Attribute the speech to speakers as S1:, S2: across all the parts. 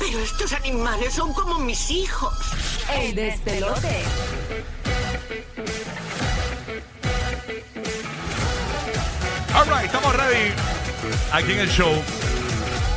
S1: Pero estos animales son como mis hijos.
S2: El despelote.
S3: All right, estamos ready aquí en el show.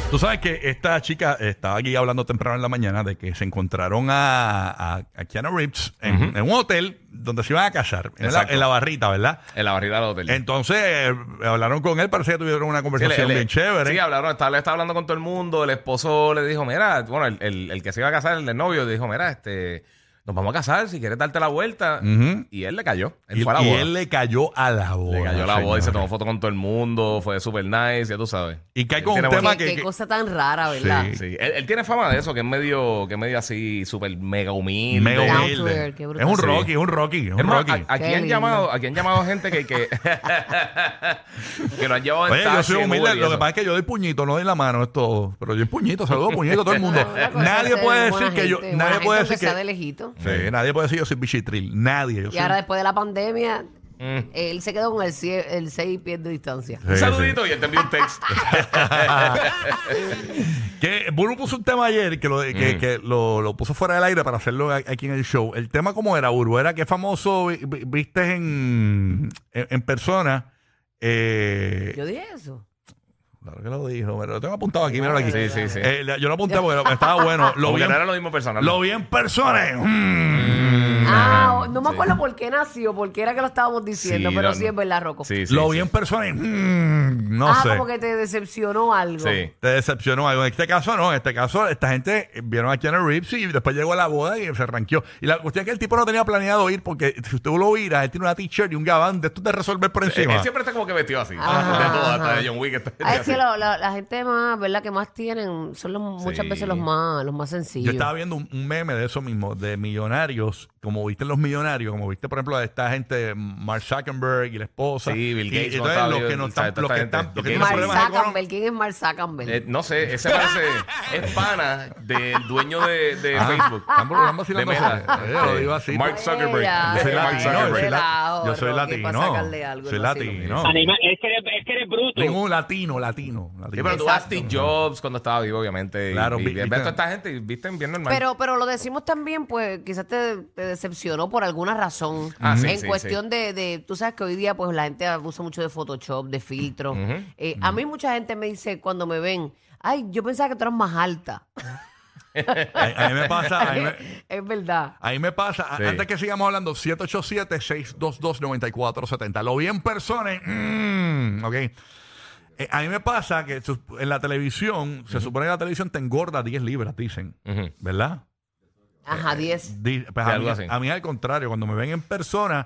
S3: Tú sabes que esta chica estaba aquí hablando temprano en la mañana de que se encontraron a, a, a Keanu Reeves en, en un hotel donde se iban a casar, en la,
S4: Exacto.
S3: en la barrita, ¿verdad?
S4: En la barrida del hotel.
S3: Entonces eh, hablaron con él, parece que tuvieron una
S4: Sí,
S3: conversación
S4: le- le-
S3: bien chévere.
S4: Sí, hablaron, estaba, le estaba hablando con todo el mundo. El esposo le dijo, mira, bueno, el, el- el que se iba a casar, el del novio, le dijo, mira, este, nos vamos a casar, si quieres darte la vuelta.
S3: Ujú.
S4: Y él le cayó. Él
S3: y,
S4: fue a la
S3: y
S4: boda.
S3: él le cayó a la boda.
S4: le cayó a la boda y se
S3: señores.
S4: tomó foto con todo el mundo. Fue súper nice, ya tú sabes.
S3: Y cae
S4: Él
S3: con un
S4: tiene
S3: tema
S2: Qué,
S4: buena-
S3: que-
S2: qué
S3: que-
S2: cosa tan rara, ¿verdad?
S3: Sí.
S4: Sí, él, él tiene fama de eso, que es medio, que es medio así, súper mega humilde.
S3: Mega
S2: Down to
S3: humilde.
S2: earth, qué brutal.
S3: Es un
S2: Sí.
S3: Rocky, es un Rocky, es un
S4: Es más,
S3: Rocky.
S4: a- aquí
S2: Qué
S4: han
S2: lindo.
S4: llamado, aquí han llamado gente que, que, que lo han llevado en
S3: Oye, yo
S4: taxi,
S3: soy
S4: en
S3: humilde.
S4: Uber y
S3: Lo que
S4: eso.
S3: pasa es que yo doy puñito, no doy la mano, esto. Pero yo doy puñito, saludo puñito a todo el mundo.
S2: No, una cosa
S3: nadie
S2: es
S3: puede
S2: ser buena
S3: decir que yo.
S2: gente,
S3: Nadie
S2: buena
S3: puede
S2: gente,
S3: decir
S2: aunque sea de
S3: que. Mm.
S2: lejito.
S3: Sí, nadie puede decir que yo soy bichitril. Nadie. Yo
S2: Y
S3: soy-
S2: ahora después de la pandemia,
S4: Mm.
S2: él se quedó con el, cie- el 6 pies de distancia.
S3: Sí,
S4: Un
S3: sí.
S4: saludito y él te envió un texto.
S3: Que Bruno puso un tema ayer que, lo, que,
S4: Mm.
S3: que lo, lo puso fuera del aire para hacerlo a- aquí en el show. El tema, ¿cómo era, Burbu? Era qué famoso vi- vi- viste en, en, en persona. Eh,
S2: Yo dije eso.
S3: Claro que lo dijo, pero lo tengo apuntado aquí, míralo aquí.
S4: Sí, sí, sí.
S3: Eh, yo lo apunté porque lo- estaba bueno. Lo
S4: Como
S3: vi,
S4: que
S3: en,
S4: no era lo mismo personal.
S3: lo vi en persona. Mm.
S2: Ah, o- no me
S4: sí.
S2: acuerdo por qué nació, por qué era que lo estábamos diciendo,
S4: Sí,
S2: pero
S4: no,
S2: sí
S4: no.
S2: es verdad, Rocco.
S4: Sí, sí,
S3: lo
S4: sí.
S3: vi en persona. mm, no
S2: ah,
S3: sé.
S2: como que te decepcionó algo.
S4: Sí.
S3: Te decepcionó algo. En este caso, no. En este caso, esta gente eh, vieron a Keanu Reeves y después llegó a la boda y se arranqueó. Y la cuestión es que el tipo no tenía planeado ir porque si usted lo mira, él tiene una t-shirt y un gabán de esto de resolver por
S4: Él,
S3: encima.
S4: siempre está como que vestido así.
S2: Ajá,
S4: de todo, hasta
S2: ajá.
S4: de John Wick. está-
S2: Ah, es
S4: así.
S2: que lo- la, la gente más, ¿verdad? Que más tienen son los, muchas
S4: Sí.
S2: veces los más, los más sencillos.
S3: Yo estaba viendo un, un meme de eso mismo, de millonarios, como viste los millonarios, como viste, por ejemplo, a esta gente, Mark Zuckerberg y la esposa.
S4: Sí, Bill
S3: Y-
S4: Gates,
S3: y entonces,
S4: no
S3: los que
S4: estaba
S3: no
S4: bien,
S3: están,
S4: sabe,
S3: los que
S4: tanta
S3: están,
S4: gente.
S3: los que
S4: Bill
S3: tienen
S4: Gates.
S2: Mark
S3: problemas
S2: Zuckerberg,
S3: económicos.
S2: ¿quién es Mark Zuckerberg?
S4: Eh, no sé, ese parece. es pana del dueño de, de
S3: Ah,
S4: Facebook.
S3: están por- están
S4: de
S3: vacilando.
S4: Meta.
S3: Eh, yo lo digo así.
S4: Mark Zuckerberg.
S2: Ella,
S3: Yo soy
S2: ella,
S3: latino,
S2: ella,
S3: yo soy, la-
S2: relajo,
S3: yo soy
S2: Rocky, para
S3: latino.
S2: sacarle algo,
S3: soy
S2: el vacilo.
S3: latino.
S5: Anima- es, que eres, es que eres bruto.
S3: Ningún latino, latino.
S4: Sí,
S3: latino.
S4: pero tú vas a Steve Jobs cuando estaba vivo, obviamente. y-
S3: Claro,
S4: y,
S3: vi-
S4: ves a
S3: viste-
S4: toda esta gente y visten bien normal.
S2: Pero, pero lo decimos también, pues quizás te, te decepcionó por alguna razón.
S4: Ah, sí,
S2: en
S4: sí,
S2: cuestión De, de- tú sabes que hoy día pues la gente abusa mucho de Photoshop, de filtros. Eh, A mí mucha gente me dice cuando me ven, ay, yo pensaba que tú eras más alta.
S3: A, a mí me pasa, a mí me,
S2: es verdad.
S3: a mí me pasa, a-
S4: Sí.
S3: antes que sigamos hablando, 787-622-9470. Lo vi en persona. y, mm, ok. Eh, a mí me pasa que su- en la televisión, se supone que la televisión te engorda 10 libras, dicen.
S4: Ujú.
S3: ¿Verdad?
S2: Ajá, 10.
S3: Di- pues
S4: Sí,
S3: a,
S4: algo
S3: mí,
S4: así.
S3: a mí al contrario, cuando me ven en persona,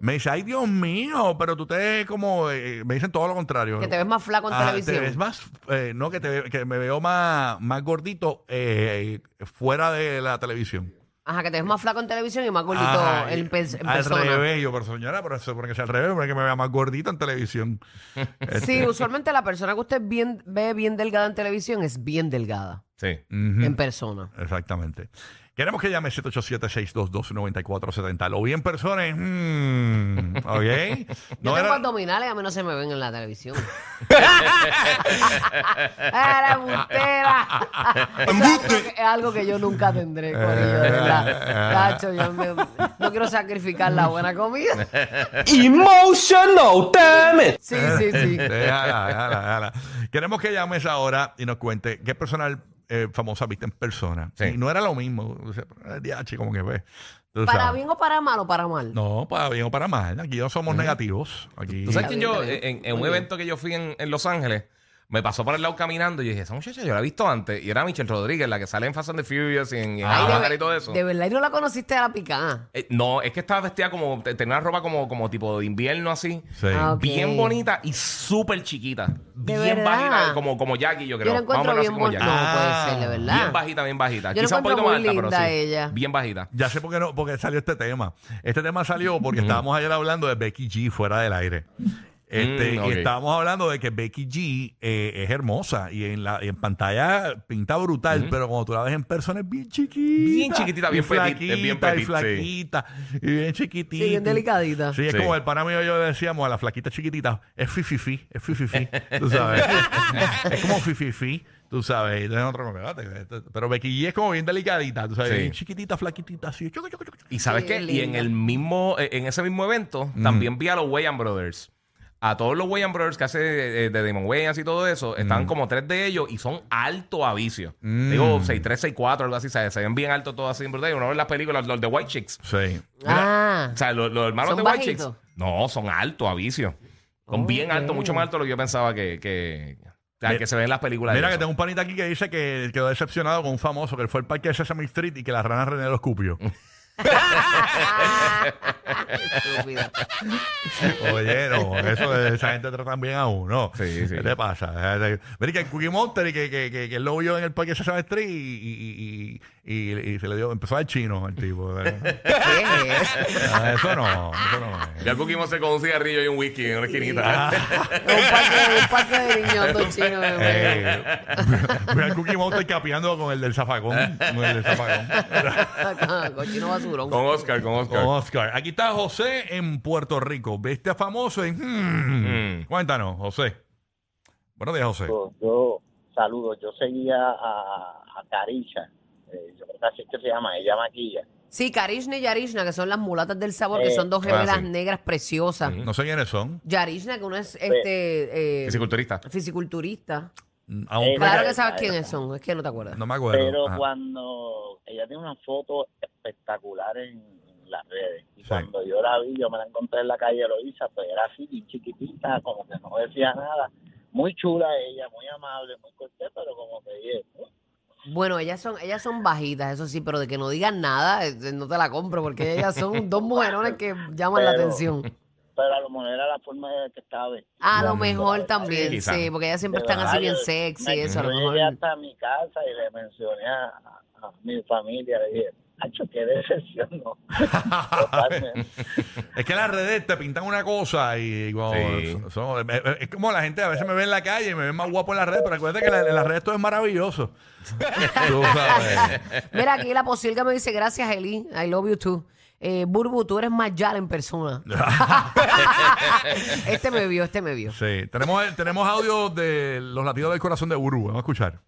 S3: me dicen, ay Dios mío, pero tú te ves como, eh, me dicen todo lo contrario.
S2: Que te ves más flaco en
S3: Ah,
S2: televisión.
S3: te ves más, eh, no, que, te ve- que me veo más, más gordito eh, fuera de la televisión.
S2: Ajá, que te ves más flaco en televisión y más gordito
S3: Ajá,
S2: en, pers- en
S3: Ah, al
S2: persona.
S3: revés, yo, pero señora, pero eso porque sea al revés, porque me vea más gordito en televisión. Este,
S2: Sí, usualmente la persona que usted bien, ve bien delgada en televisión es bien delgada
S4: Sí.
S3: ujú,
S2: en persona.
S3: Exactamente. Queremos que llame 787-622-9470. Lo vi en persona, y, mm, ¿ok?
S2: Yo
S3: No
S2: tengo
S3: era,
S2: abdominales, a mí no se me ven en la televisión. ¡Era embustera! Eso es algo que- es algo que yo nunca tendré, corillo, de verdad. Tacho, yo me- no quiero sacrificar la buena comida.
S5: Emotional, damn it.
S2: Sí, sí, sí.
S3: Déjala, déjala, déjala. Queremos que llames ahora y nos cuente qué personal eh, famosa viste en persona.
S4: Sí.
S3: Y no era lo mismo. O sea, eh, diache, como que ve. Tú
S2: ¿Para
S3: sabes.
S2: bien o para mal o para mal?
S3: No, para bien o para mal. Aquí no somos negativos. Aquí.
S4: ¿Tú sabes quién
S2: Está
S4: yo,
S2: bien, está bien.
S4: en, en un
S2: Muy bien.
S4: evento que yo fui en, en Los Ángeles, me pasó por el lado caminando y yo dije, esa muchacha yo la he visto antes. Y era Michelle Rodríguez, la que sale en Fast and the Furious y en, y en
S2: Ay,
S4: Avatar
S2: Ah, de,
S4: y todo Ah, eso.
S2: de verdad, y no la conociste a la Ah, picada.
S4: Eh, no, es que estaba vestida como, te- tenía una ropa como, como tipo de invierno así.
S3: Sí.
S2: Ah, ok.
S4: Bien bonita y súper chiquita. bien
S2: verdad?
S4: bajita, como, como Jackie,
S2: Yo
S4: yo creo.
S2: la
S4: Más o
S2: encuentro
S4: menos así
S2: bien
S4: como
S2: bonita.
S4: Jackie.
S3: Ah,
S2: No puede ser, de verdad.
S4: Bien bajita, bien bajita.
S2: Yo la
S4: Quizá un poquito
S2: encuentro
S4: más
S2: muy
S4: alta, pero
S2: linda
S4: sí.
S2: ella.
S4: Bien bajita.
S3: Ya sé por qué no, porque salió este tema. Este tema salió porque estábamos ayer hablando de Becky G fuera del aire. Este,
S4: Mm,
S3: y
S4: ok.
S3: estábamos hablando de que Becky G eh, es hermosa y en la y en pantalla pinta brutal, pero cuando tú la ves en persona es bien chiquita.
S4: Bien chiquitita, bien
S3: y
S4: petit, es bien
S3: flaquita, y
S4: petit, sí.
S3: flaquita, y bien chiquitita.
S2: Sí, bien delicadita.
S3: Sí, es
S4: Sí.
S3: como el pana mío y yo le decíamos a la flaquita chiquitita, es fififi, es fififi, tú sabes. es como fififi. Tú sabes, y entonces nosotros como que, "Ah, te- te- te-". pero Becky G es como bien delicadita, tú sabes,
S4: Sí.
S3: bien chiquitita, flaquitita, así. choco, choco, choco, choco.
S4: Y sabes
S2: Sí,
S4: qué,
S2: es
S4: y en
S2: linda.
S4: el mismo, eh, en ese mismo evento,
S3: Mm.
S4: también vi a los Wayan Brothers. A todos los Wayan Brothers que hace eh, de Demon Wayans y todo eso, están como tres de ellos y son alto a vicio.
S3: Mm.
S4: Digo, 6'3, 6'4, algo así, ¿sabes? se ven bien altos todos así en brutal. Y Uno ve las películas, los de White Chicks.
S3: Sí.
S2: Ah,
S4: O sea, los, los hermanos
S2: ¿Son
S4: de White
S2: bajitos?
S4: Chicks. No, son altos a vicio. Son
S2: Oh,
S4: bien altos,
S2: ok.
S4: mucho más altos de lo que yo pensaba que, que, o sea,
S3: Mira-
S4: que se ven en las películas.
S3: Mira
S4: de
S3: que
S4: eso.
S3: tengo un panita aquí que dice que quedó decepcionado con un famoso que fue el parque de Sesame Street y que las ranas René lo escupió.
S2: estúpido.
S3: Oye, no, eso de- esa gente tratan bien a uno.
S4: Sí, sí.
S3: ¿Qué te pasa? Eh, eh, Mira que el Cookie Monster y que, que, que, que él lo vio en el parque de Sesame Street y, y, y, y- y se le dio, empezó al chino al tipo. ¿verdad?
S2: ¿Qué es eso?
S3: Ah, eso no, eso no es.
S4: Ya el Cookie Monster con un cigarrillo y un whisky en una esquinita.
S2: Un parque, un parque de niñotos chinos. bebé.
S3: Eh, Mira el Cookie Monster capeando con el del zafacón. Con el del zafacón.
S2: Cochino basurón.
S4: Con Oscar, con Oscar.
S3: Con Oscar. Aquí está José en Puerto Rico. Viste a famoso y... hmm.
S4: Mm.
S3: Cuéntanos, José. Buenos días, José.
S6: pues Yo, saludo, yo seguía a, a Caricha, eh, yo creo que así es que se llama, ella maquilla.
S2: Sí, Karishna y Yarishna, que son las mulatas del sabor, que
S6: Eh,
S2: son dos
S4: ah,
S2: gemelas
S4: sí.
S2: negras preciosas.
S3: No sé quiénes son.
S2: Yarishna, que uno es este eh,
S4: Fisiculturista.
S2: fisiculturista.
S3: Aún
S6: Eh,
S2: Claro que
S6: esa,
S2: sabes
S6: esa.
S2: quiénes son, es que no te acuerdas.
S3: No me acuerdo.
S6: Pero
S3: Ajá.
S6: cuando ella tiene una foto espectacular en las redes, y
S3: Sí.
S6: cuando yo la vi, yo me la encontré en la calle Loiza, pues era así, bien chiquitita, como que no decía nada. Muy chula ella, muy amable, muy cortés, pero como que eh, oye,
S2: Bueno, ellas son, ellas son bajitas, eso sí, pero de que no digan nada, eh, no te la compro, porque ellas son dos mujerones que llaman la
S6: Pero-
S2: atención.
S6: pero a lo mejor era la forma de que estaba vestida.
S2: A lo mejor también,
S4: Sí,
S2: sí,
S4: quizá.
S2: porque ellas
S6: De
S2: siempre están así
S6: verdad,
S2: bien
S6: yo-
S2: sexy,
S6: me-
S2: eso, a lo
S6: yo llegué
S2: mejor.
S6: hasta mi casa y le mencioné a, a- a mi familia, le dije, Hacho, qué decepción, ¿no? Totalmente.
S3: Es que las redes te pintan una cosa y como,
S4: Sí.
S3: son- son- es- es como la gente a veces me ve en la calle y me ven más guapo en las redes, pero acuérdate que la- en las redes todo es maravilloso. Tú sabes.
S2: Mira, aquí la posilga me dice, gracias, Eli, I love you too. Eh, Burbu, tú eres más yal en persona. este me vio, este me vio.
S3: Sí, tenemos, tenemos audio de los latidos del corazón de Uru, vamos a escuchar.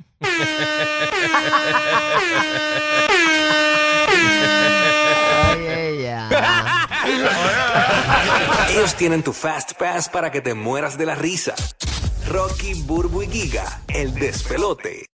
S2: Ay, ella.
S7: Ellos tienen tu Fast Pass para que te mueras de la risa. Rocky, Burbu y Giga, el despelote.